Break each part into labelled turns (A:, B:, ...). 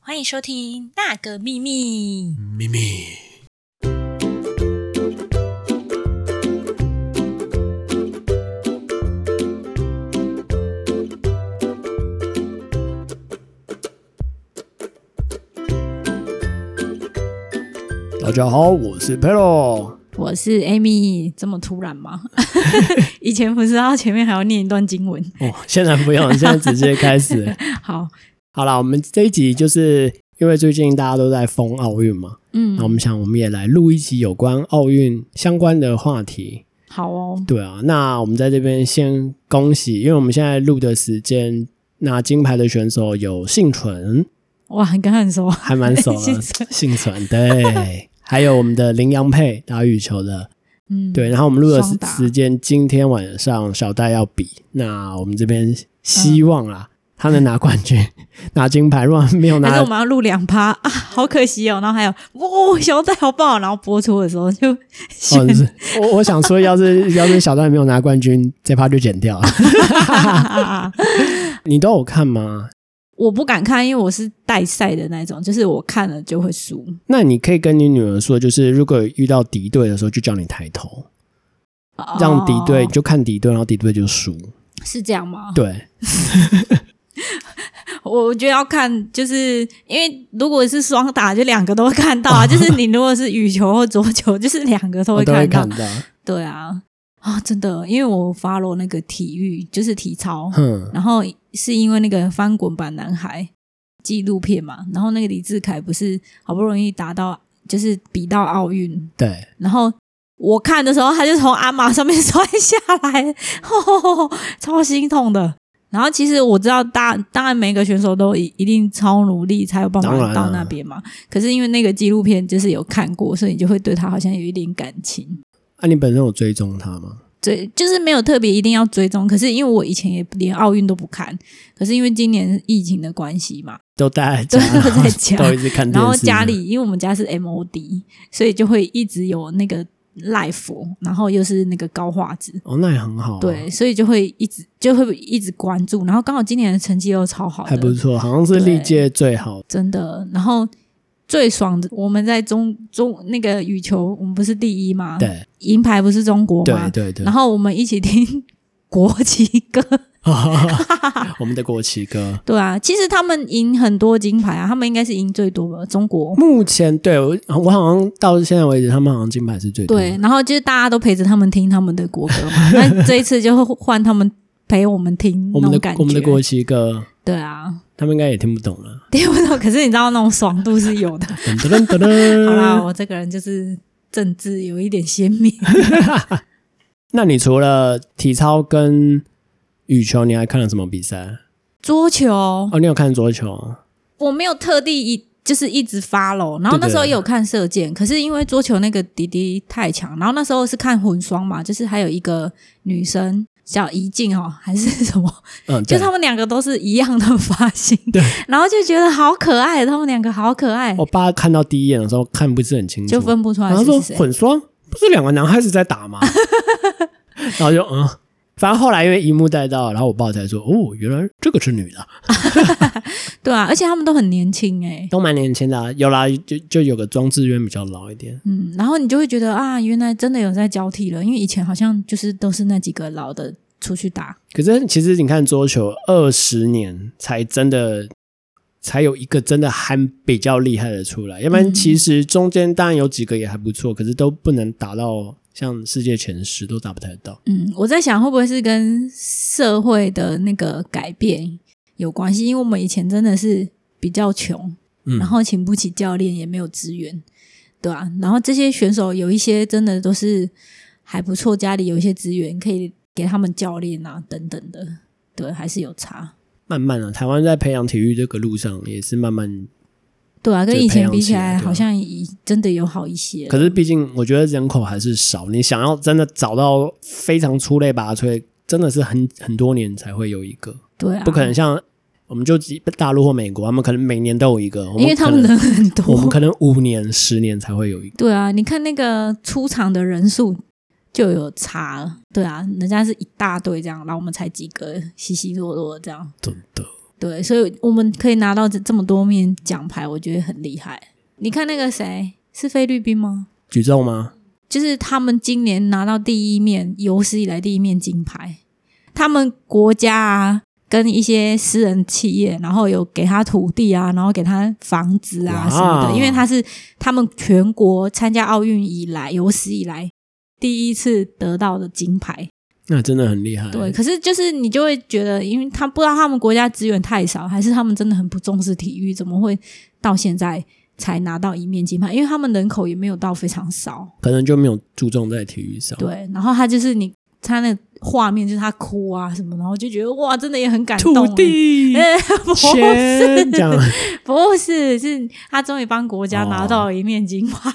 A: 欢迎收听《那个秘密》。
B: 咪咪，大家好，我是 Pero。
A: 我是 Amy，这么突然 吗？以前不知道前面还要念一段经文。
B: 哦，现在不用， 现在直接开始。
A: 好，
B: 好啦，我们这一集就是因为最近大家都在封奥运嘛，
A: 嗯
B: 那我，们想我们也来录一集有关奥运相关的话题。
A: 好哦，
B: 对啊，那我们在这边先恭喜，因为我们现在录的时间，拿金牌的选手有幸存，
A: 哇，你刚刚很熟，
B: 还蛮 熟
A: 幸
B: 了，
A: 存
B: 幸存对，还有我们的林洋配打羽球的，
A: 嗯，
B: 对，，然后我们录的
A: 双
B: 时
A: 打
B: 时间今天晚上小戴要比，那我们这边希望啦，他能拿冠军，拿金牌，如果没有
A: 但是
B: 拿哦
A: 我，们要录两趴啊，好可惜哦。然后还有，哇，小戴好棒！哦然后播出的时候 就
B: 哦，是我我想说，要是要是小戴没有拿冠军，这趴就剪掉 了。你都有看吗？
A: 我不敢看，因为我是带赛的那种，就是我看了就会输。
B: 那你可以跟你女儿说，就是如果遇到敌对的时候，就叫你抬头，让敌对
A: 哦
B: 就看敌对，然后敌对就输。
A: 是这样吗？
B: 对，
A: 我我觉得要看，就是因为如果是双打，就两个都会看到 啊。就是你如果是羽球或桌球，就是两个都
B: 我
A: 会
B: 哦都
A: 看
B: 会
A: 到
B: 看。到。
A: 对啊，啊，真的，因为我 follow 那个体育，就是体操，
B: 哼，
A: 然后是因为那个翻滚吧男孩纪录片嘛，然后那个李志凯不是好不容易达到，就是比到奥运，
B: 对，
A: 然后。我看的时候，他就从鞍马上面摔下来， 吼、超心痛的。然后其实我知道大，当然每个选手都一一定超努力才有办
B: 当然
A: 法
B: 啊
A: 到那边嘛。可是因为那个纪录片就是有看过，所以你就会对他好像有一点感情。
B: 啊，你本身有追踪他吗？
A: 追就是没有特别一定要追踪，可是因为我以前也连奥运都不看，可是因为今年疫情的关系嘛，
B: 都待在
A: 对
B: 家，
A: 都在家
B: 都一直看电视。
A: 然后家，里因为我们家是 MOD，所以就会一直有那个 live，然后又是那个高画质，
B: 哦，那也很好、啊，
A: 对，，所以就会一直就会一直关注，然后刚好今年的成绩又超好的，
B: 还不错，好像是历届最好。
A: 真的，然后。最爽的，我们在中中那个羽球，我们不是第一吗？，
B: 对，
A: 银牌不是中国吗
B: 对，？对，对
A: 然。后我们一起听国旗歌，
B: 我们的国旗歌，
A: 对啊，其实他们赢很多金牌啊，他们应该是赢最多吧？中国
B: 目前对我，我好像到现在为止，他们好像金牌是最多。
A: 对，，然后就是大家都陪着他们听他们的国歌 嘛，那这一次就会换他们陪我们听
B: 我
A: 那
B: 们
A: 种
B: 的
A: 感觉。
B: 我们的国旗歌，
A: 对啊，
B: 他们应该也听不懂 了。
A: 听不懂，可是你知道那种爽度是有的。
B: 噔噔噔噔
A: 好
B: 噔，
A: 啦，我这个人就是政治有一点鲜 明，
B: 那你除了体操跟羽球，你还看了什么比赛？
A: 桌球
B: 哦，你有看桌球？
A: 我没有特地一就是一直 follow，然后那时候也有看射箭，可是因为桌球那个弟弟太强，然后那时候是看混双嘛，就是还有一个女生叫怡静哦，还是什 么，
B: 嗯，
A: 就
B: 对
A: 他们两个都是一样的发型，
B: 对，
A: 然后就觉得好可爱，他们两个好可爱，
B: 我爸看到第一眼的时候看不是很清楚，
A: 就分不出来
B: 然后
A: 是
B: 说
A: 谁。
B: 混双不是两个男孩子在 打吗？然后就嗯，反正后来因为荧幕带到，然后我爸才说哦，原来这个是女的，
A: 对啊，而且他们都很年轻哎、
B: 都蛮年轻的啊、有啦，就就有个庄志渊比较老一点，
A: 嗯，然后你就会觉得啊，原来真的有在交替了，因为以前好像就是都是那几个老的出去打，
B: 可是其实你看桌球二十年才真的才有一个真的还比较厉害的出来，要不然
A: 嗯
B: 其实中间当然有几个也还不错，可是都不能达到像世界前十都达不太到。
A: 嗯，我在想会不会是跟社会的那个改变有关系？因为我们以前真的是比较穷，
B: 嗯
A: 然后请不起教练，也没有资源，对吧、然后这些选手有一些真的都是还不错，家里有一些资源可以给他们教练啊等等的，对，还是有差。
B: 慢慢的、台湾在培养体育这个路上也是慢慢，
A: 对啊，跟
B: 就
A: 以
B: 培
A: 前
B: 养
A: 比
B: 起
A: 起
B: 来
A: 来，
B: 对
A: 好
B: 啊
A: 像已真的有好一些了。
B: 可是毕竟我觉得人口还是少，你想要真的找到非常出类拔萃，真的是很很多年才会有一个，
A: 对啊，
B: 不可能像我们就只大陆或美国，他们可能每年都有一个，我
A: 因为
B: 可
A: 他们
B: 能
A: 人很多，
B: 我们可能五年、十年才会有一个。
A: 对啊，你看那个出场的人数就有差了。对啊，人家是一大堆这样，然后我们才几个稀稀落落这样。
B: 真的，
A: 对，所以我们可以拿到这这么多面奖牌，我觉得很厉害。你看那个谁是菲律宾吗？
B: 举重吗？
A: 就是他们今年拿到第一面有史以来第一面金牌，他们国家啊跟一些私人企业，然后有给他土地啊，然后给他房子啊
B: 哇
A: 什么的，因为他是他们全国参加奥运以来有史以来第一次得到的金牌。
B: 那真的很厉害。
A: 对，，可是就是你就会觉得，因为他不知道他们国家资源太少，还是他们真的很不重视体育，怎么会到现在才拿到一面金牌？因为他们人口也没有到非常少。
B: 可能就没有注重在体育上。，
A: 对，然后他就是你，他那画面就是他哭啊什么，然后就觉得哇，真的也很感动、
B: 土，地、
A: 哎、 不
B: 钱这 样
A: 是，。不是，是他终于帮国家拿到了一面金牌。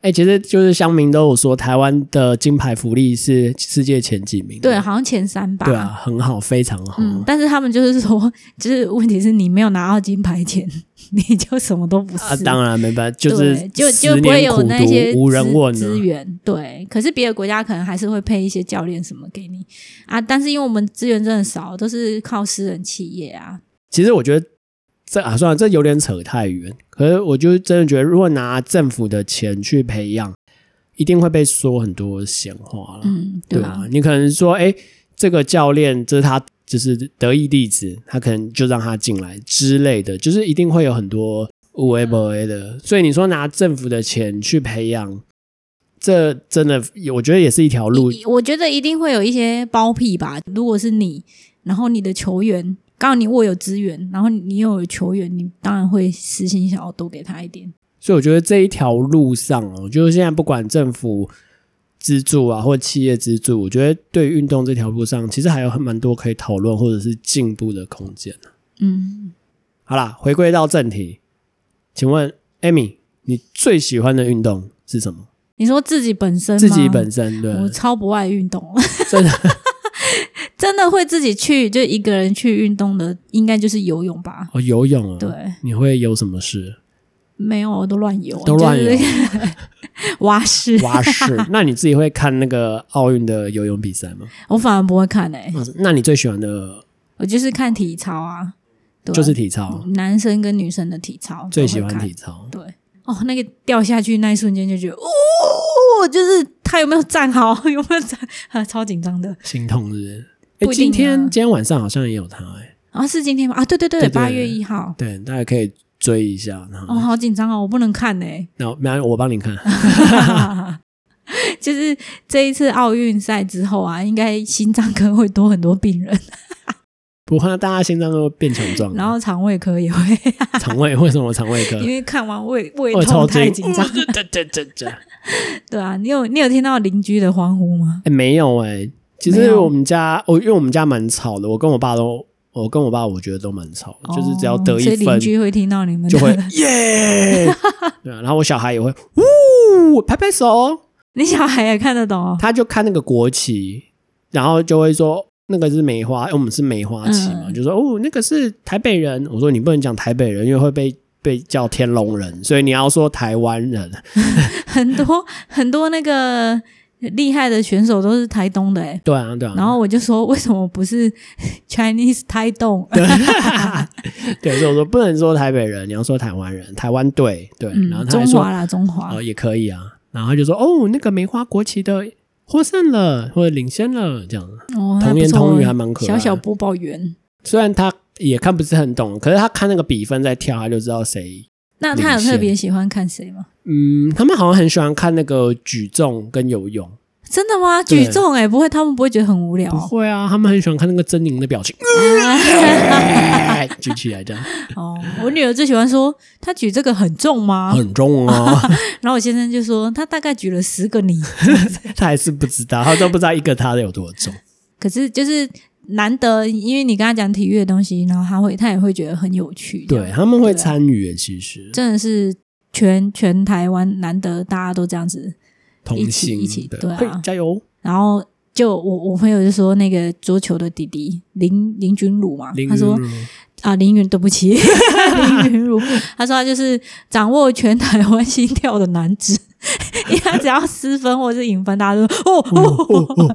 B: 哎、其实就是乡民都有说，台湾的金牌福利是世界前几名。
A: 对，，好像前三吧。
B: 对啊，哦很好，非常好。
A: 嗯，但是他们就是说， 就是问题是你没有拿到金牌前， 你就什么都不是。
B: 啊，当然没办法，
A: 对
B: 是
A: 就就
B: 十
A: 不会
B: 年
A: 有
B: 苦
A: 那些
B: 读无人
A: 资
B: 问啊
A: 资
B: 呢。
A: 源。对，可是别的国家可能还是会配一些教练什么给你啊，但是因为我们资源真的少，都是靠私人企业啊。
B: 其实我觉得这啊，算了，这有点扯太远。可是我就真的觉得，如果拿政府的钱去培养，一定会被说很多闲话了。
A: 嗯，
B: 啊对
A: 吧？
B: 吧？你可能说，哎、这个教练这是他就是得意弟子，他可能就让他进来之类的，就是一定会有很多无为不为的。所以你说拿政府的钱去培养，这真的我觉得也是一条路。
A: 一我觉得一定会有一些包庇吧。如果是你，然后你的球员，刚好你握有资源，然后你又有球员，你当然会私心想要多给他一点。
B: 所以我觉得这一条路上哦，就是现在不管政府。资助啊，或企业资助，我觉得对运动这条路上，其实还有很蛮多可以讨论或者是进步的空间。
A: 嗯，
B: 好啦，回归到正题，请问 Amy，你最喜欢的运动是什么？
A: 你说自己本身吗
B: 自己本身对，
A: 我超不爱运动，
B: 真的
A: 真的会自己去就一个人去运动的，应该就是游泳吧。
B: 哦，游泳啊，，
A: 对，
B: 你会有什么事？
A: 没有，我都乱游，
B: 都乱游
A: 就是 蛙式，
B: 蛙式？那你自己会看那个奥运的游泳比赛吗？
A: 我反而不会看诶、欸
B: 那你最喜欢的
A: 我就是看体操啊，对啊，
B: 就是体操，
A: 男生跟女生的体操，
B: 最喜欢
A: 都会看
B: 体操。
A: 对，哦，那个掉下去那一瞬间就觉得，哦，就是他有没有站好， 有没有站，啊、超紧张的。
B: 心痛日，哎、
A: 不一定啊
B: 今天今天晚上好像也有他、哎，
A: 啊，是今天吗？啊，对对
B: 对
A: 对，
B: 对
A: 八月一号。
B: 对，大家可以追一下。然
A: 哦，
B: 后，
A: 好紧张哦，我不能看呢、
B: 那、我那我帮你看，
A: 就是这一次奥运赛之后啊，应该心脏科会多很多病人，
B: 不怕大家心脏都变强壮了。
A: 然后肠胃科也会，
B: 肠胃为什么肠胃科
A: 因？为看完胃胃
B: 我
A: 痛
B: 超嗯
A: 太紧张。
B: 这这这这。
A: 对啊，你有你有听到邻居的欢呼吗？
B: 哎、没有哎、其
A: 没
B: 实
A: 有
B: 我们家，哦我、因为我们家蛮吵的，我跟我爸都，我跟我爸我觉得都蛮吵的，就是只要得
A: 哦所
B: 一
A: 以邻
B: 分
A: 居会听到你们的
B: 就会耶， 对啊，然后我小孩也会呜拍拍手，
A: 你小孩也看得懂哦。
B: 他就看那个国旗，然后就会说。那个是梅花，因为我们是梅花旗嘛，
A: 嗯
B: 就说哦，那个是台北人。我说你不能讲台北人，因为会被被叫天龙人，所以你要说台湾人。
A: 很多很多那个厉害的选手都是台东的哎、
B: 对啊，对啊。
A: 然后我就说为什么不是 Chinese 台东？ 嗯
B: 对，所以我说不能说台北人，你要说台湾人，台湾队对。然后
A: 嗯，
B: 他还
A: 中
B: 说
A: 华啦，中华
B: 哦，，也可以啊。然后他就说：“哦，那个梅花国旗的获胜了，或者领先了。”这样，
A: 哦，
B: 童
A: 还
B: 言
A: 不错
B: 童语
A: 哦
B: 还蛮可爱
A: 小
B: 的
A: 小播报员。
B: 虽然他也看不是很懂，可是他看那个比分在跳，他就知道谁。
A: 那他有特别喜欢看谁吗？
B: 嗯，他们好像很喜欢看那个举重跟游泳。
A: 真的吗？
B: 对
A: 举重哎、不会，他们不会觉得很无聊
B: 不
A: 哦。
B: 会啊，他们很喜欢看那个狰狞的 表情，哎举起来这样
A: 哦，我女儿最喜欢说她举这个很重吗？
B: 很重哦。
A: 然后我先生就说她大概举了十个你，
B: 他还是不知道，他都不知道一个他的有 多重。
A: 可是就是难得，因为你跟她讲体育的东西，然后她会她也会觉得很有啊趣。这样
B: 对，他们会
A: 对啊
B: 参与耶，其实
A: 真的是全全台湾难得大家都这样子，
B: 同
A: 一起
B: 心
A: 一起
B: 的
A: 对啊
B: 嘿加油，
A: 然后就我我朋友就说那个桌球的弟弟林林君儒嘛，
B: 林
A: 他说
B: 嗯
A: 啊林云对不 起林云儒，他说他就是掌握全台湾心跳的男子，因为他哦
B: 哦
A: 只要失分或是赢分，大家都哦哦哦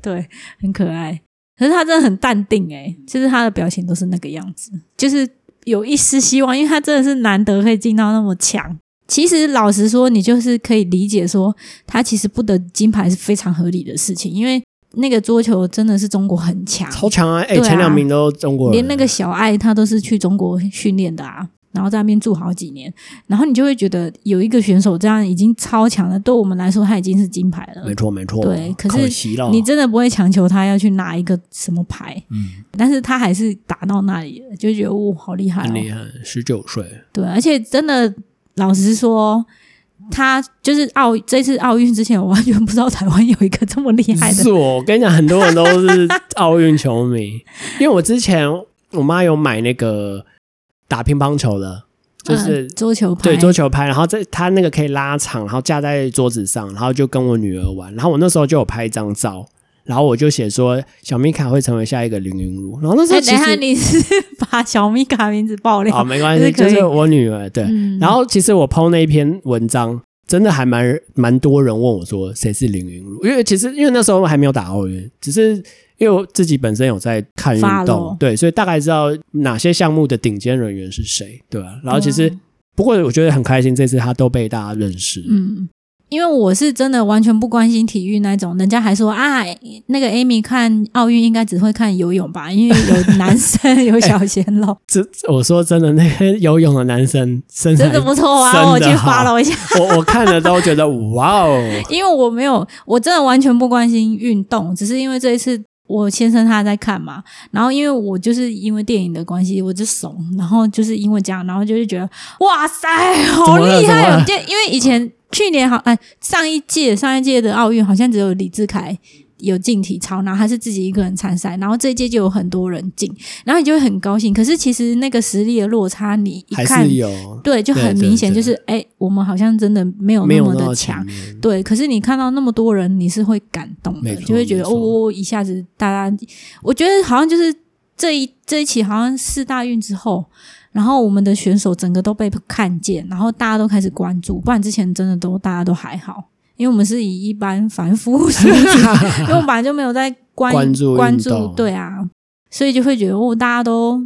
A: 对，很可爱。可是他真的很淡定哎、就是他的表情都是那个样子，就是有一丝希望，因为他真的是难得可以进到那么强。其实老实说，你就是可以理解说，他其实不得金牌是非常合理的事情，因为那个桌球真的是中国很强，
B: 超强啊！哎、
A: 对啊
B: 前两名都中国人，
A: 连那个小爱他都是去中国训练的啊，然后在那边住好几年，然后你就会觉得有一个选手这样已经超强了，对我们来说他已经是金牌了
B: 没。错没错，
A: 对可是
B: 惜了，
A: 你真的不会强求他要去拿一个什么牌，
B: 嗯，
A: 但是他还是打到那里了，就觉得哦，好厉害、哦
B: 很！厉害，十九岁，
A: 对，而且真的，老实说，他就是奥这次奥运之前，我完全不知道台湾有一个这么厉害的
B: 是我跟你讲，很多人都是奥运球迷，因为我之前我妈有买那个打乒乓球的，就是、
A: 嗯桌球牌，
B: 对桌球拍，然后在它那个可以拉长，然后架在桌子上，然后就跟我女儿玩。然后我那时候就有拍一张照，然后我就写说小米卡会成为下一个林云如。然后那时
A: 哎、
B: 候其
A: 等一下，
B: 实
A: 你是把小米卡名字爆料？
B: 啊、没关系，
A: 这
B: 就是
A: 可以
B: 是我女儿对。
A: 嗯
B: 然后其实我 PO 那一篇文章，真的还蛮蛮多人问我说谁是林云如，因为其实因为那时候还没有打奥运，只是因为我自己本身有在看运
A: Follow
B: 动，对，所以大概知道哪些项目的顶尖人员是谁，对吧、然后其实、不过我觉得很开心，这次他都被大家认识，
A: 嗯，因为我是真的完全不关心体育那种，人家还说啊，那个 Amy 看奥运应该只会看游泳吧，因为有男生 有小鲜肉，
B: 这我说真的，那些游泳的男生 身材
A: 真的不错啊，我去
B: 真的
A: 发
B: 好
A: 了一下。
B: 我我看了都觉得哇哦，
A: 因为我没有，我真的完全不关心运动，只是因为这一次我先生他在看嘛，然后因为我就是因为电影的关系，我就怂，然后就是因为这样，然后就是觉得哇塞， 好
B: 么了
A: 厉害
B: 怎么
A: 哦！
B: 了
A: 就因为以前去年好哎上一届上一届的奥运好像只有李志凯。有进体操，然后他是自己一个人参赛，然后这一届就有很多人进，然后你就会很高兴。可是其实那个实力的落差，你一
B: 还
A: 看
B: 是，有
A: 对，就很
B: 对对
A: 明显，
B: 对
A: 就是哎、我们好像真的没有
B: 没
A: 那
B: 有
A: 么
B: 那
A: 的
B: 么
A: 强
B: 前，面
A: 对，可是你看到那么多人，你是会感动的
B: 没，错
A: 就会觉得
B: 没错
A: 哦，一下子大家，我觉得好像就是这一这一期好像四大运之后，然后我们的选手整个都被看见，然后大家都开始关注，不然之前真的都大家都还好，因为我们是以一般凡 夫俗子，因为我本来就没有在关
B: 关注
A: 关
B: 运
A: 注，
B: 动
A: 对啊，所以就会觉得哦，大家都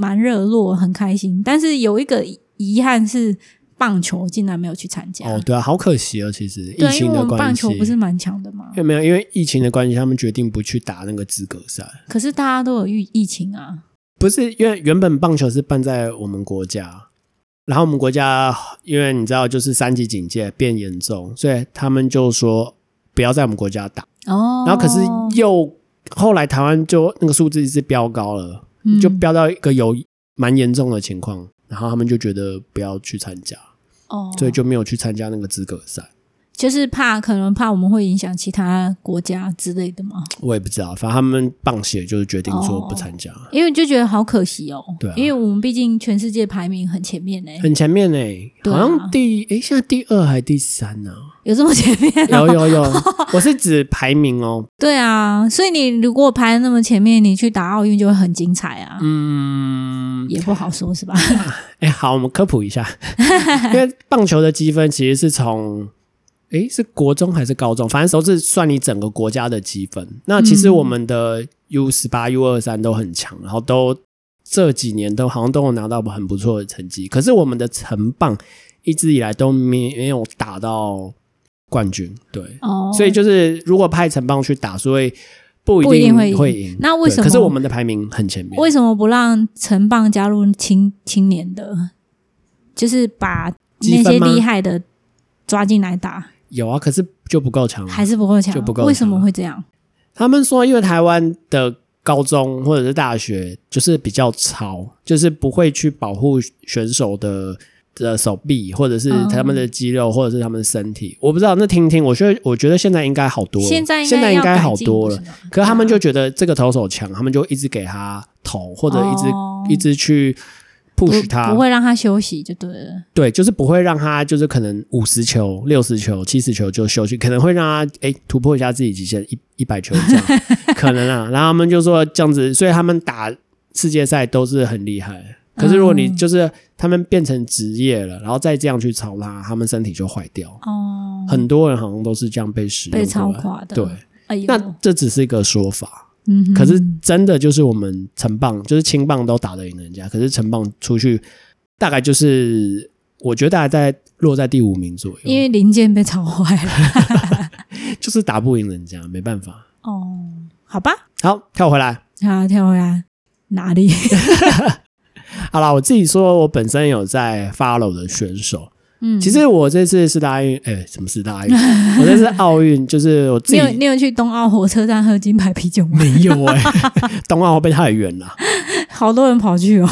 A: 蛮热络，很开心，但是有一个遗憾是。棒球竟然没有去参加
B: 哦，对啊，好可惜哦，其实疫
A: 对，因为
B: 情
A: 我
B: 的
A: 们棒
B: 关系
A: 球，不是蛮强的嘛
B: 因，为没有因为疫情的关系，他们决定不去打那个资格赛。
A: 可是大家都有疫疫情啊，
B: 不是因为原本棒球是办在我们国家，然后我们国家因为你知道就是三级警戒变严重，所以他们就说不要在我们国家打。
A: 哦，
B: 然后可是又后来台湾就那个数字一直飙高了，就
A: 嗯
B: 飙到一个有蛮严重的情况，然后他们就觉得不要去参加，
A: 哦，
B: 所以就没有去参加那个资格赛。
A: 就是怕可能怕我们会影响其他国家之类的嘛，
B: 我也不知道，反正他们棒协就是决定说
A: 哦
B: 不参加，
A: 因为就觉得好可惜哦，
B: 对啊
A: 因为我们毕竟全世界排名很前面呢，
B: 很前面呢、
A: 对啊
B: 好像第诶现在第二还第 三呢、
A: 有这么前 面、
B: 有
A: 哦？
B: 有有，我是指排名哦。
A: 对啊，所以你如果排那么前面，你去打奥运就会很精彩啊，
B: 嗯，
A: 也不好说是 吧？
B: 哎、好，我们科普 一下，因为棒球的积分其实是从，哎、是国中还是高中，反正都是算你整个国家的积分。那其实
A: 嗯
B: 我们的 U 十八、U 二三都很强，然后都这几年都好像都有拿到很不错的成绩。可是我们的成棒一直以来都没没有打到冠军，对，
A: 哦，
B: 所以就是如果派城棒去打，所以不一
A: 不一定会
B: 定
A: 赢
B: 会赢。
A: 那为
B: 对
A: 什么
B: 可是我们的排名很前面，
A: 为什么不让城棒加入青青年的？就是把那
B: 积
A: 些
B: 分吗
A: 厉害的抓进来打，
B: 有啊，可是就不够强、啊
A: 还。是不够强，
B: 就不够强
A: 为什么会这样？
B: 他们说，因为台湾的高中或者是大学就是比较糙，就是不会去保护选手的。的手臂，或者是
A: 嗯
B: 他们的肌肉，或者是他们的身体，我不知道。那听听，我觉得，我觉得现在应该好多了。
A: 现在
B: 现在应
A: 要
B: 该
A: 改
B: 好
A: 进
B: 多了。，可是他们
A: 对
B: 就觉得这个投手强，他们就一直给他投，或者一直、
A: 哦
B: 一直去
A: 不
B: push 他，
A: 不会让他休息就对了。
B: 对，就是不会让他就是可能五十球、六十球、七十球就休息，可能会让他哎突破一下自己极限一一百球这样， 可能啊。然后他们就说这样子，所以他们打世界赛都是很厉害。可是如果你
A: 嗯
B: 就是他们变成职业了，然后再这样去操他，他们身体就坏掉。
A: 哦，
B: 很多人好像都是这样被使用
A: 被
B: 过
A: 操
B: 来
A: 垮的。
B: 对，
A: 哎呦，
B: 那这只是一个说法，
A: 嗯哼，
B: 可是真的就是我们成棒，就是青棒都打得赢人家，可是成棒出去大概就是，我觉得大概在落在第五名左
A: 因
B: 右，
A: 为零件被炒坏了。
B: 就是打不赢人家，没办法。
A: 哦，好吧，
B: 好，跳回来。
A: 好，跳回来哪里？
B: 好啦，我自己说，我本身有在 follow 的选手。
A: 嗯，
B: 其实我这次是大运，哎、什么是大运？ 我这次奥运就是我自
A: 你
B: 己
A: 有你有去冬奥火车站喝金牌啤酒吗？
B: 没有哎、 冬奥会不会太远了？
A: 好多人跑去哦。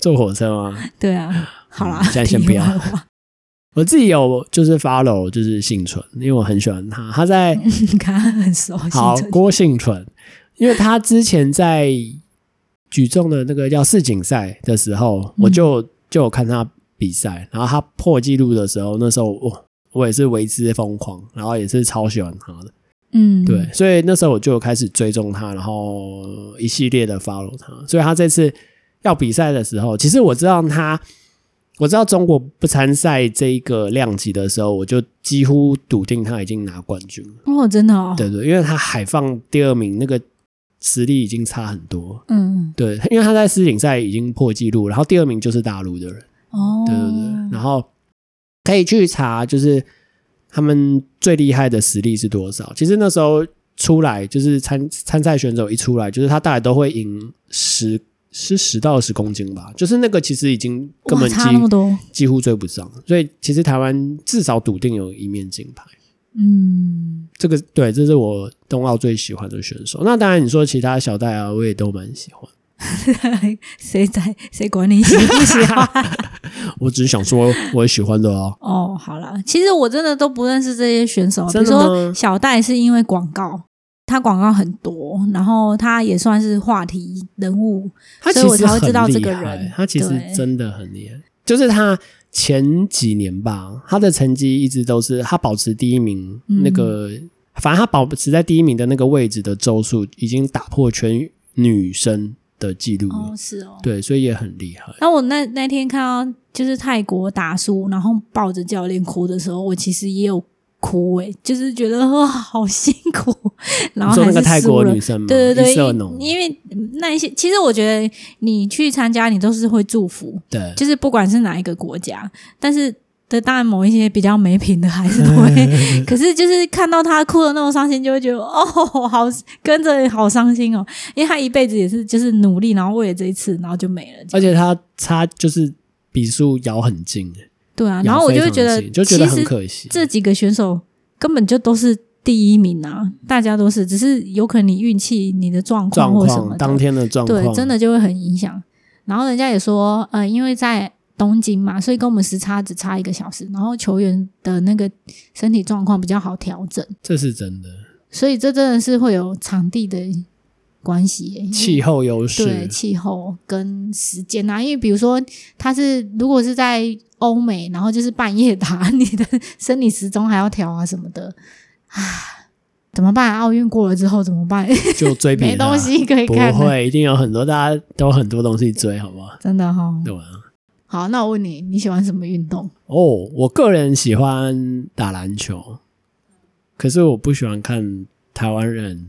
B: 坐火车吗？
A: 对啊，好啦，
B: 嗯现在先
A: 题
B: 不要
A: 外话
B: 我自己有就是 follow 就是幸存，因为我很喜欢他。他在
A: 你看他很熟悉。
B: 好郭幸存，因为他之前在举重的那个叫世锦赛的时候，我就就有看他比赛，然后他破纪录的时候，那时候我我也是为之疯狂，然后也是超喜欢他的。
A: 嗯，
B: 对，，所以那时候我就有开始追踪他，然后一系列的 follow 他。所以他这次要比赛的时候，其实我知道他，我知道中国不参赛这一个量级的时候，我就几乎笃定他已经拿冠军了。
A: 哦，真的哦，
B: 对对，因为他海放第二名，那个实力已经差很多。
A: 嗯，
B: 对，因为他在世锦赛已经破纪录，然后第二名就是大陆的人。
A: 哦，
B: 对对对，然后可以去查，就是他们最厉害的实力是多少。其实那时候出来，就是参参赛选手一出来，就是他大概都会赢十是十到二十公斤吧，就是那个其实已经根
A: 哇，
B: 本几
A: 差那么多，
B: 几乎追不上，所以其实台湾至少笃定有一面金牌。
A: 嗯，
B: 这个对，这是我冬奥最喜欢的选手。那当然，你说其他小戴啊，我也都蛮喜欢。
A: 谁在谁管你 喜不喜欢？
B: 我只是想说，我喜欢的哦。
A: 哦，好啦，其实我真的都不认识这些选手，比
B: 真
A: 如
B: 的
A: 说
B: 吗
A: 小戴是因为广告。他广告很多，然后他也算是话题人物，
B: 他其
A: 所以我
B: 实
A: 才会
B: 很
A: 知道这个
B: 厉害
A: 人
B: 他其实
A: 对
B: 真的很厉害，就是他前几年吧，他的成绩一直都是他保持第一名，
A: 嗯
B: 那个反正他保持在第一名的那个位置的周数已经打破全女生的记录了。
A: 哦，是哦。
B: 对，所以也很厉害。
A: 然后我那那天看到就是泰国打输，然后抱着教练哭的时候，我其实也有哭诶、就是觉得哇好辛苦，然
B: 你
A: 后
B: 说
A: 还是
B: 那个泰
A: 输
B: 国
A: 了
B: 女。生吗？
A: 对对对，
B: 伊瑟农
A: 因因为那一些，其实我觉得你去参加，你都是会祝福，
B: 对，
A: 就是不管是哪一个国家，但是的当然某一些比较没品的还是不 会，可是就是看到他哭的那种伤心，就会觉得哦，好跟着好伤心哦，因为他一辈子也是就是努力，然后为了这一次，然后就没了。这样
B: 而且他差就是比数咬很近，
A: 对啊，
B: 咬
A: 然后我
B: 非
A: 就会
B: 常
A: 觉得，
B: 近就觉得
A: 其
B: 很
A: 实
B: 可惜。
A: 这几个选手根本就都是第一名啊，大家都是，只是有可能你运气、你的状
B: 状
A: 况或什么
B: 况
A: 的，
B: 当天的状况
A: 对，真的就会很影响。然后人家也说，呃，因为在东京嘛，所以跟我们时差只差一个小时，然后球员的那个身体状况比较好调整，
B: 这是真的
A: 所以这真的是会有场地的关系耶、
B: 气候优势。
A: 对气候跟时间啊，因为比如说它是如果是在欧美，然后就是半夜打，你的生理时钟还要调啊什么的，啊，怎么办？奥运过了之后怎么办？
B: 就追 别
A: 没
B: 人啊
A: 东西可以
B: 不
A: 看了，
B: 会，一定有很多大家都有很多东西追，好不好？
A: 真的哈、哦。
B: 对啊。
A: 好，那我问你，你喜欢什么运动？
B: 哦，我个人喜欢打篮球，可是我不喜欢看台湾人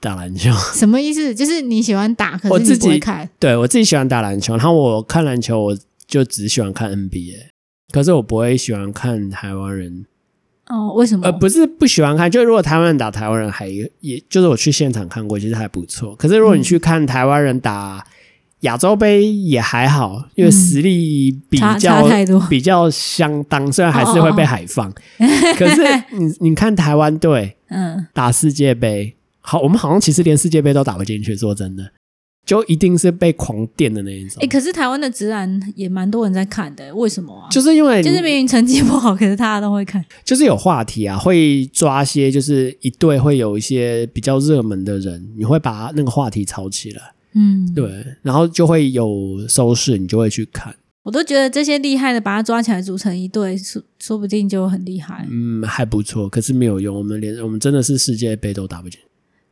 B: 打篮球。
A: 什么意思？就是你喜欢打，可
B: 我
A: 是
B: 自
A: 你不
B: 己
A: 会看。
B: 对我自己喜欢打篮球，然后我看篮球，我就只喜欢看 NBA。可是我不会喜欢看台湾人，
A: 哦，为什么？
B: 呃，不是不喜欢看，就如果台湾人打台湾人还也就是我去现场看过，其实还不错。可是如果你去看台湾人打亚洲杯也还好，因为
A: 嗯
B: 实力比
A: 差
B: 较
A: 差太多。哦
B: 比较相当，虽然还是会被海放，可是你你看台湾队
A: 嗯，
B: 打世界杯，好，我们好像其实连世界杯都打不进去，说真的，就一定是被狂电的那一种，
A: 哎、可是台湾的直男也蛮多人在看的，为什么啊？
B: 就是因为
A: 就是明明成绩不好，可是大家都会看。
B: 就是有话题啊，会抓些就是一队会有一些比较热门的人，你会把那个话题炒起来，
A: 嗯，
B: 对，然后就会有收视，你就会去看，
A: 我都觉得这些厉害的把他抓起来组成一队，说说不定就很厉害。
B: 嗯，还不错，可是没有用，我们连我们真的是世界杯都打不进，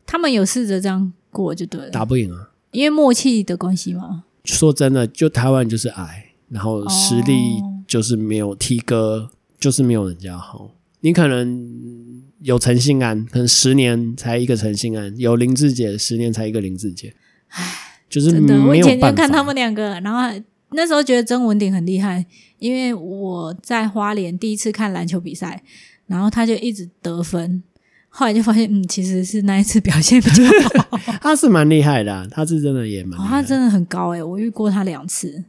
A: 他们有试着这样过就对了，
B: 打不赢啊。
A: 因为默契的关系嘛。
B: 说真的，就台湾就是矮，然后实力
A: 哦
B: 就是没有 T 哥，就是没有人家好。你可能有陈信安，可能十年才一个陈信安；有林志杰，十年才一个林志杰。唉，就是
A: 真的，我
B: 没
A: 以
B: 有
A: 前就
B: 办法。
A: 看他们两个，然后那时候觉得曾文鼎很厉害，因为我在花莲第一次看篮球比赛，然后他就一直得分，后来就发现，嗯，其实是那一次表现比较好，
B: 他是蛮厉害的啊、他是真的也蛮
A: 哦、
B: 厉害
A: 他
B: 的。
A: 真的很高诶、我遇过他两次，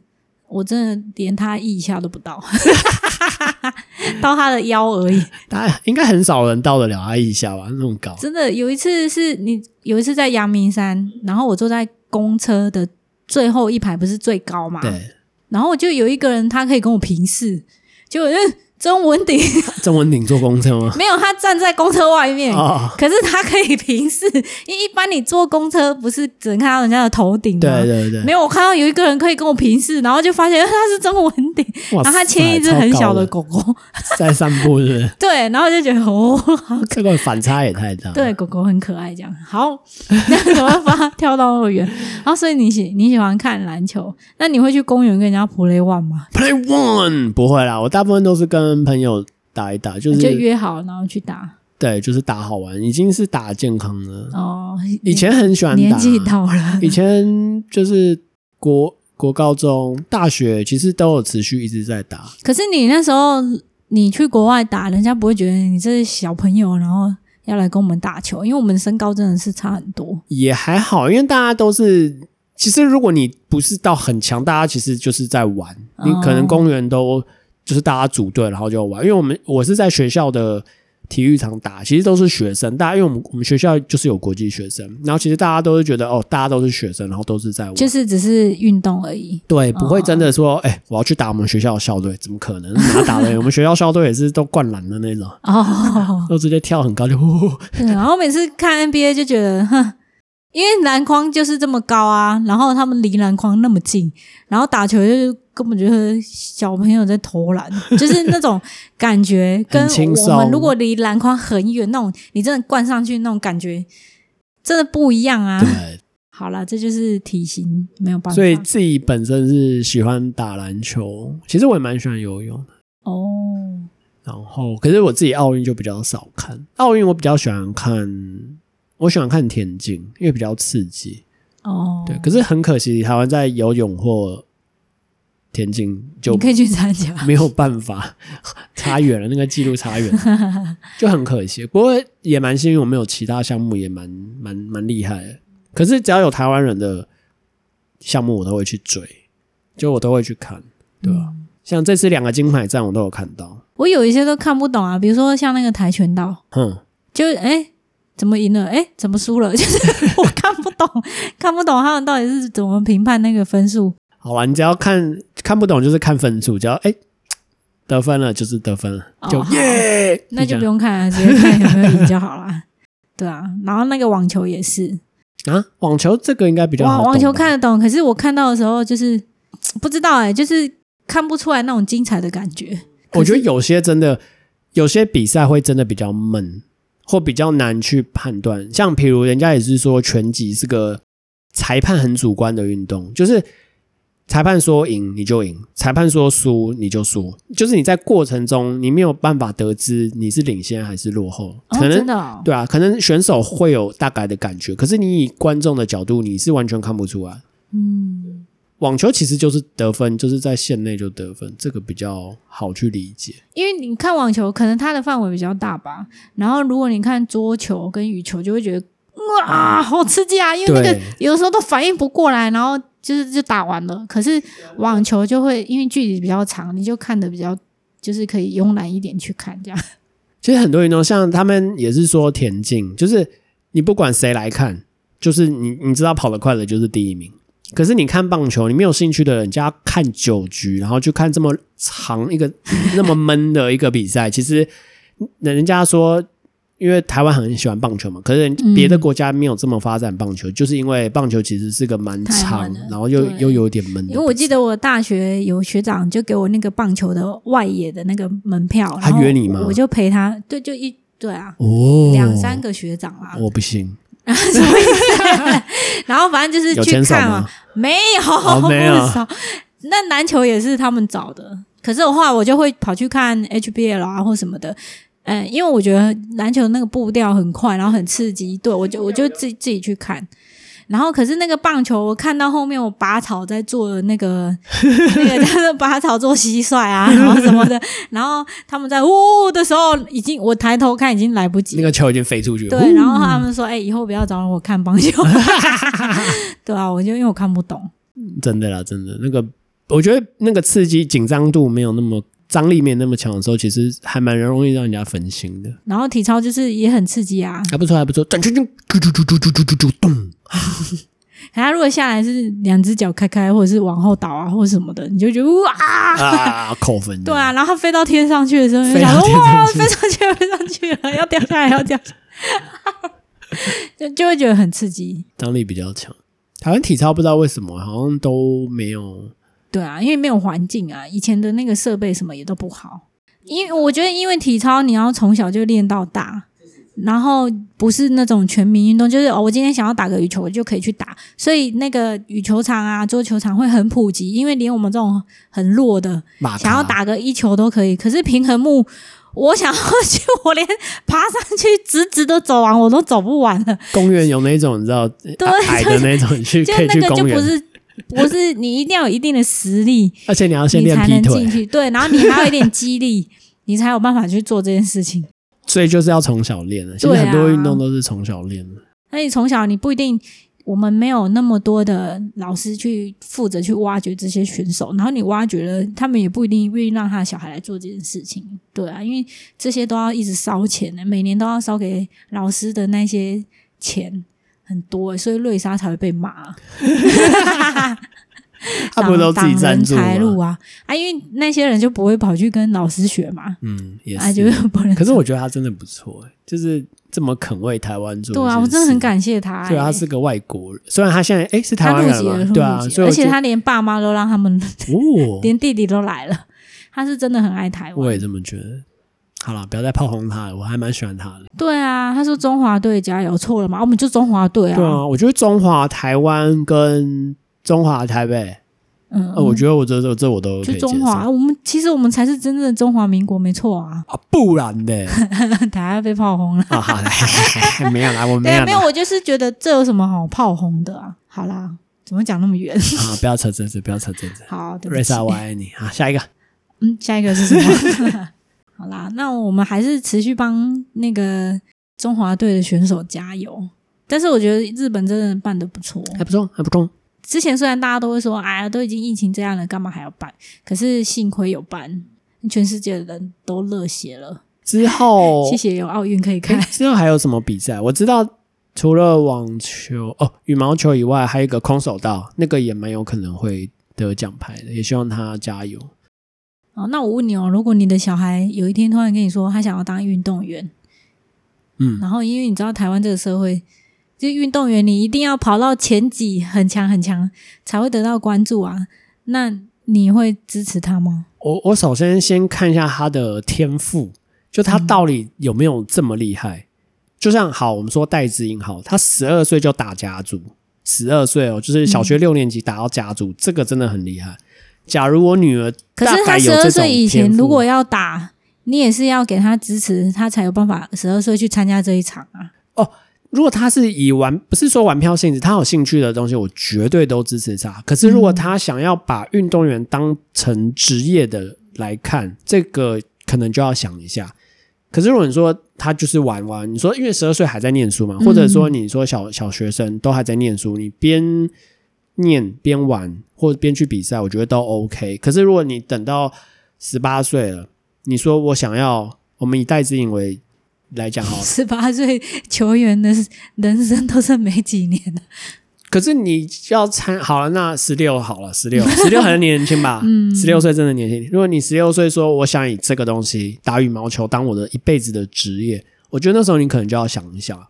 A: 我真的连他一下都不到， 到他的腰而已。
B: 他应该很少人到得了他一下吧？那种高，
A: 真的有一次是你有一次在阳明山，然后我坐在公车的最后一排，不是最高嘛？
B: 对，
A: 然后我就有一个人，他可以跟我平视，结果就是曾文鼎
B: 郑文鼎坐公车吗？
A: 没有，他站在公车外面，
B: 哦，
A: 可是他可以平视，因为一般你坐公车不是只能看到人家的头顶吗？
B: 对对对
A: 没，有，我看到有一个人可以跟我平视，然后就发现哎他是曾文鼎，
B: 哇
A: 然后
B: 塞
A: 他牵一只很
B: 超
A: 小
B: 高的
A: 的狗狗，
B: 在散步是不是？
A: 对，然后就觉得哦，好
B: 这个反差也太大。
A: 对，，狗狗很可爱，这样好， 那怎么把它跳到那么远？然后，所以你喜你喜欢看篮球，那你会去公园跟人家 play one 吗？
B: Play One 不会啦，我大部分都是跟朋友打一打，就是
A: 就约好然后去打
B: 对，就是打好玩，已经是打健康了。
A: 哦。
B: 以前很喜欢打，
A: 年年纪到 了，
B: 以前就是国国高中、大学，其实都有持续一直在打。
A: 可是你那时候你去国外打，人家不会觉得你这是小朋友，然后要来跟我们打球，因为我们身高真的是差很多。
B: 也还好，因为大家都是，其实如果你不是到很强，大家其实就是在玩，
A: 哦
B: 你可能公园都就是大家组队然后就玩。因为我们我是在学校的体育场打，其实都是学生，大家因为我们我们学校就是有国际学生，然后其实大家都是觉得哦，大家都是学生，然后都是在玩。
A: 就是只是运动而已，
B: 对，不会真的说，哎、我要去打我们学校的校队，怎么可能？哪打的？我们学校校队也是都灌篮的那种，
A: 哦，
B: 都直接跳很高就哦呼呼呼。
A: 对， 然后每次看 NBA 就觉得，哼，因为篮筐就是这么高啊，然后他们离篮筐那么近，然后打球就是根本就是小朋友在投 篮，就是那种感觉跟
B: 很轻
A: 我们
B: 松
A: 如果离篮筐很远那种，你真的灌上去那种感觉，真的不一样啊。
B: 对，
A: 好啦，这就是体型没有办法，
B: 所以自己本身是喜欢打篮球，其实我也蛮喜欢游泳的。
A: 哦，
B: 然后，可是我自己奥运就比较少看，奥运我比较喜欢看，我喜欢看田径，因为比较刺激。
A: 哦，
B: 对，可是很可惜，台湾在游泳或田径就
A: 你可以去参加，
B: 没有办法， 差远了，那个记录差远了， 就很可惜。不过也蛮幸运，我们有其他项目也蛮蛮蛮厉害的。可是只要有台湾人的项目，我都会去追，就我都会去看，对啊吧、像这次两个金牌战，我都有看到。
A: 嗯我有一些都看不懂啊，比如说像那个跆拳道。
B: 哼，
A: 就哎、诶怎么赢了？哎、怎么输了？ 就是我看不懂，看不懂他们到底是怎么评判那个分数。
B: 好玩，你只要看看不懂就是看分数，只要哎、得分了就是得分了，
A: 哦
B: 就
A: 好
B: 耶，
A: 那就
B: 这
A: 不
B: 样
A: 用看了，直接看有没有赢就好啦。 对啊，然后那个网球也是，
B: 啊。网球这个应该比较好
A: 网
B: 懂吧
A: 网球看得懂，可是我看到的时候就是不知道哎、就是看不出来那种精彩的感觉。
B: 我觉得有些真的，有些比赛会真的比较闷，或比较难去判断。像譬如人家也是说，拳击是个裁判很主观的运动，就是裁判说赢你就赢，裁判说输你就输，就是你在过程中你没有办法得知你是领先还是落后，
A: 哦，
B: 可能、
A: 真的、哦，
B: 对啊，可能选手会有大概的感觉，可是你以观众的角度，你是完全看不出来。
A: 嗯，
B: 网球其实就是得分，就是在线内就得分，这个比较好去理解。
A: 因为你看网球，可能它的范围比较大吧。然后如果你看桌球跟羽球，就会觉得哇，好刺激啊！因为那个
B: 对
A: 有的时候都反应不过来，然后就是就打完了。可是网球就会因为距离比较长，你就看的比较就是可以慵懒一点去看这样。
B: 其实很多运动，像他们也是说田径，就是你不管谁来看，就是你你知道跑得快的就是第一名。可是你看棒球，你没有兴趣的人，家看九局，然后去看这么长 一个那么闷的一个比赛，其实人家说，因为台湾很喜欢棒球嘛，可是人
A: 嗯
B: 别的国家没有这么发展棒球，就是因为棒球其实是个蛮
A: 太
B: 长
A: 闷了，
B: 然后又
A: 对
B: 又有点闷的 比赛。
A: 因为我记得我大学有学长就给我那个棒球的外野的那个门票，
B: 他
A: 然后
B: 约你吗
A: 我就陪他，对，就一对啊，
B: 哦，
A: 两三个学长啦，
B: 我不信，
A: 然后反正就是
B: 有
A: 去
B: 牵手
A: 看嘛啊
B: 吗？。
A: 没有，
B: 哦没有
A: 不少 那篮球也是他们找的，可是的话，我就会跑去看 HBL 啊或什么的。呃，因为我觉得篮球那个步调很快，然后很刺激，对我就我就自己自己去看。然后可是那个棒球，我看到后面我拔草在做那 个那个叫做拔草做蟋蟀啊，然后什么 的，然后他们在呜呜的时候，已经我抬头看已经来不及
B: 那
A: 了。
B: 个球已经飞出去了。
A: 对，然后他们说：“哎、以后不要找我看棒 球。”对啊，我就因为我看不懂。
B: 真的啦，真的那个，我觉得那个刺激紧张度没有那么张力没有那么强的时候，其实还蛮容易让人家分心的。
A: 然后体操就是也很刺激啊，
B: 还不错，还不错，转圈圈，嘟嘟嘟嘟嘟嘟嘟嘟咚。
A: 可他如果下来是两只脚开开，或者是往后倒啊，或者什么的，你就觉得哇，
B: 啊，扣分。
A: 对，啊。然后他飞到天上去的时候，你就
B: 飞到
A: 想说
B: 天上
A: 哇，
B: 去
A: 飞上去了，飞上去了，要掉下来，要掉下来， 就就会觉得很刺激。
B: 张力比较强。台湾体操不知道为什么好像都没有，
A: 对啊，因为没有环境啊，以前的那个设备什么也都不好。因为我觉得，因为体操你要从小就练到大，然后不是那种全民运动，就是哦，我今天想要打个羽球，我就可以去打。所以那个羽球场啊、桌球场会很普及，因为连我们这种很弱的，
B: 马
A: 想要打个一球都可以。可是平衡木，我想要去，我连爬上去直直的走完我都走不完了，
B: 公园有那种你知道
A: 对
B: 矮的那种，你 去
A: 就
B: 可以
A: 那
B: 去
A: 个就
B: 公
A: 不
B: 园，
A: 是。不是你一定要有一定的实力，
B: 而且你要 先
A: 你
B: 练
A: 才
B: 劈
A: 能进
B: 腿，
A: 去。对，然后你还有一点激励，你才有办法去做这件事情。
B: 所以就是要从小练的。其实
A: 对啊
B: 很多运动都是从小练的，
A: 那你从小你不一定，我们没有那么多的老师去负责去挖掘这些选手，然后你挖掘了，他们也不一定愿意让他的小孩来做这件事情。对啊，因为这些都要一直烧钱的，每年都要烧给老师的那些钱很多欸，所以瑞莎才会被骂。啊
B: 他不都自己赞助
A: 挡人财路
B: 吗？
A: 啊啊！因为那些人就不会跑去跟老师学嘛，
B: 嗯，也。
A: 啊，就是是不能
B: 可是我觉得他真的不错、欸，就是这么肯为台湾做。
A: 对啊，我真的很。感谢他、欸。
B: 对啊，他是个外国人，虽然他现在哎、是台
A: 他
B: 湾
A: 入
B: 人
A: 籍了，
B: 嘛，
A: 入
B: 对啊，
A: 籍了
B: 所以
A: 而
B: 我
A: 且
B: 就
A: 他连爸妈都让他们，，
B: 哦
A: 连弟弟都来了。他是真的很爱台
B: 我
A: 湾，
B: 也这么觉得。好了，不要再炮轰他了，我还蛮喜欢他的。
A: 对啊，他说中华队加油，错了吗？我们就中华队啊，
B: 对啊，我觉得中华台湾跟中华台北，
A: 嗯，
B: 呃，我觉得我这这这我都可
A: 就
B: 以接受。
A: 中华，啊我们其实我们才是真正的中华民国，没错啊，
B: 啊，不然的
A: 台湾被炮轰了，
B: 啊，好来 没有啦，我没
A: 对
B: 有
A: 啊，
B: 啦
A: 没有，我就是觉得这有什么好炮轰的啊？好啦，怎么讲那么远？
B: 啊，不要扯政治，不要扯政治。
A: 好，对不
B: 瑞
A: 起
B: 莎，，我爱你啊！下一个
A: 嗯，下一个是什么？ 好啦，那我们还是持续帮那个中华队的选手加油。但是我觉得日本真的办的不错。
B: 还不错，还不错。
A: 之前虽然大家都会说，哎呀，都已经疫情这样了，干嘛还要办？可是幸亏有办，全世界的人都热血了。
B: 之后
A: 谢谢有奥运可以看
B: 诶。之后还有什么比赛？我知道除了网球哦，羽毛球以外，还有一个空手道，那个也蛮有可能会得奖牌的，也希望他加油。
A: 哦，那我问你哦，如果你的小孩有一天突然跟你说他想要当运动员，
B: 嗯，
A: 然后因为你知道台湾这个社会，就运动员你一定要跑到前几很强很强才会得到关注啊。那你会支持他吗？
B: 我我首先先看一下他的天赋，就他到底有没有这么厉害？就像好，我们说戴资颖好，他十二岁就打家族，十二岁哦，就是小学六年级打到家族，这个真的很厉害。假如我女儿
A: 可
B: 大
A: 是他
B: 概有
A: 十
B: 这
A: 二
B: 种
A: 岁以前
B: 天赋
A: 如果要打，你也是要给他支持，他才有办法十二岁去参加这一场啊。
B: 如果他是以玩不是说玩票性质，他有兴趣的东西，我绝对都支持他。可是如果他想要把运动员当成职业的来看，这个可能就要想一下。可是如果你说他就是玩玩，你说因为十二岁还在念书嘛，
A: 嗯
B: 或者说你说小小学生都还在念书，你边念边玩或者边呃去比赛，我觉得都 OK。可是如果你等到十八岁了，你说我想要，我们以戴资颖为来讲好了，
A: 十八岁球员的人生都剩没几年了，
B: 可是你要参好了，那十六好了，十六 十六很年轻吧？
A: 嗯
B: 十六岁真的年轻。如果你十六岁说我想以这个东西打羽毛球当我的一辈子的职业，我觉得那时候你可能就要想一想，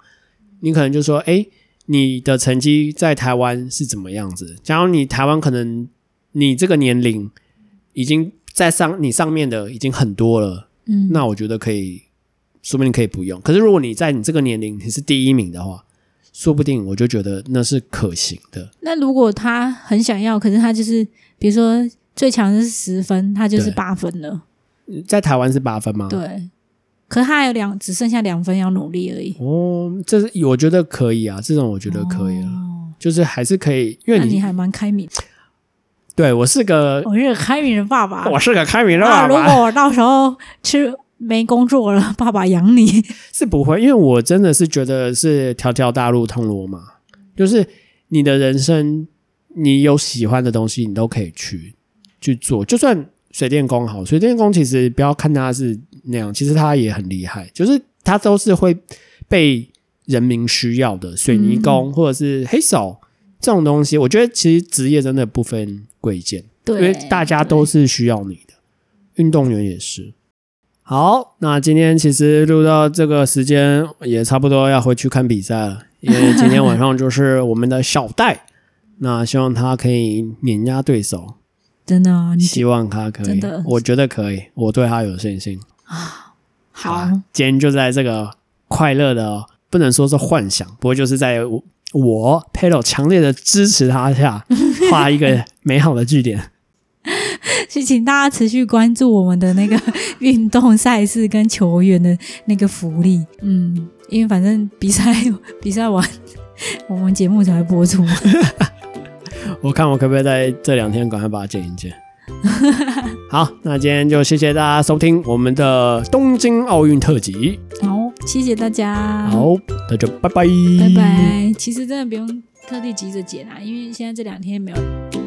B: 你可能就说，哎、你的成绩在台湾是怎么样子？假如你台湾可能你这个年龄已经在上你上面的已经很多了，
A: 嗯，
B: 那我觉得可以，说不定可以不用。可是如果你在你这个年龄你是第一名的话，说不定我就觉得那是可行的。
A: 那如果他很想要，可是他就是比如说最强是十分，他就是
B: 对嗯
A: 八分了，
B: 在台湾是八分吗？
A: 对。可是他还有两，只剩下两分要努力而已。
B: 哦，这是我觉得可以啊，这种我觉得可以啊，
A: 哦
B: 就是还是可以，因
A: 那
B: 为
A: 你
B: 你
A: 还蛮开
B: 嗯
A: 明，
B: 对我是个、
A: 我是个开明的爸爸。
B: 我是个开明的
A: 那哦
B: 爸
A: 啊如
B: 爸，
A: 果我到时候吃没工作了，爸爸养 你。
B: 是不会，因为我真的是觉得是条条大路通罗马，就是你的人生，你有喜欢的东西，你都可以去去做。就算水电工好，水电工其实不要看他是那样，其实他也很厉害，就是他都是会被人民需要的。水泥工或者是黑手这种东西，我觉得其实职业真的不分贵贱。
A: 对，
B: 因为大家都是需要你的，运动员也是。好，那今天其实录到这个时间也差不多要回去看比赛了，因为今天晚上就是我们的小戴， 那希望他可以碾压对手，
A: 真的啊，你
B: 希望他可
A: 真
B: 以
A: 的，
B: 我觉得可以，我对他有信心。
A: 好
B: 啊，今天就在这个快乐的，不能说是幻想，不过就是在我我 p e l o 强烈的支持他 下，画一个美好的句点。
A: 是请大家持续关注我们的那个运动赛事跟球员的那个福利。嗯，因为反正比赛 比赛完，我们节目才会播 出。
B: 我看我可不可以在这两天赶快把它剪一剪。 好，那今天就谢谢大家收听我们的东京奥运特辑。
A: 好，谢谢大家，，
B: 好，那嗯就拜拜，
A: 拜拜。其实真的不用特地急着剪啊，因为现在这两天没有。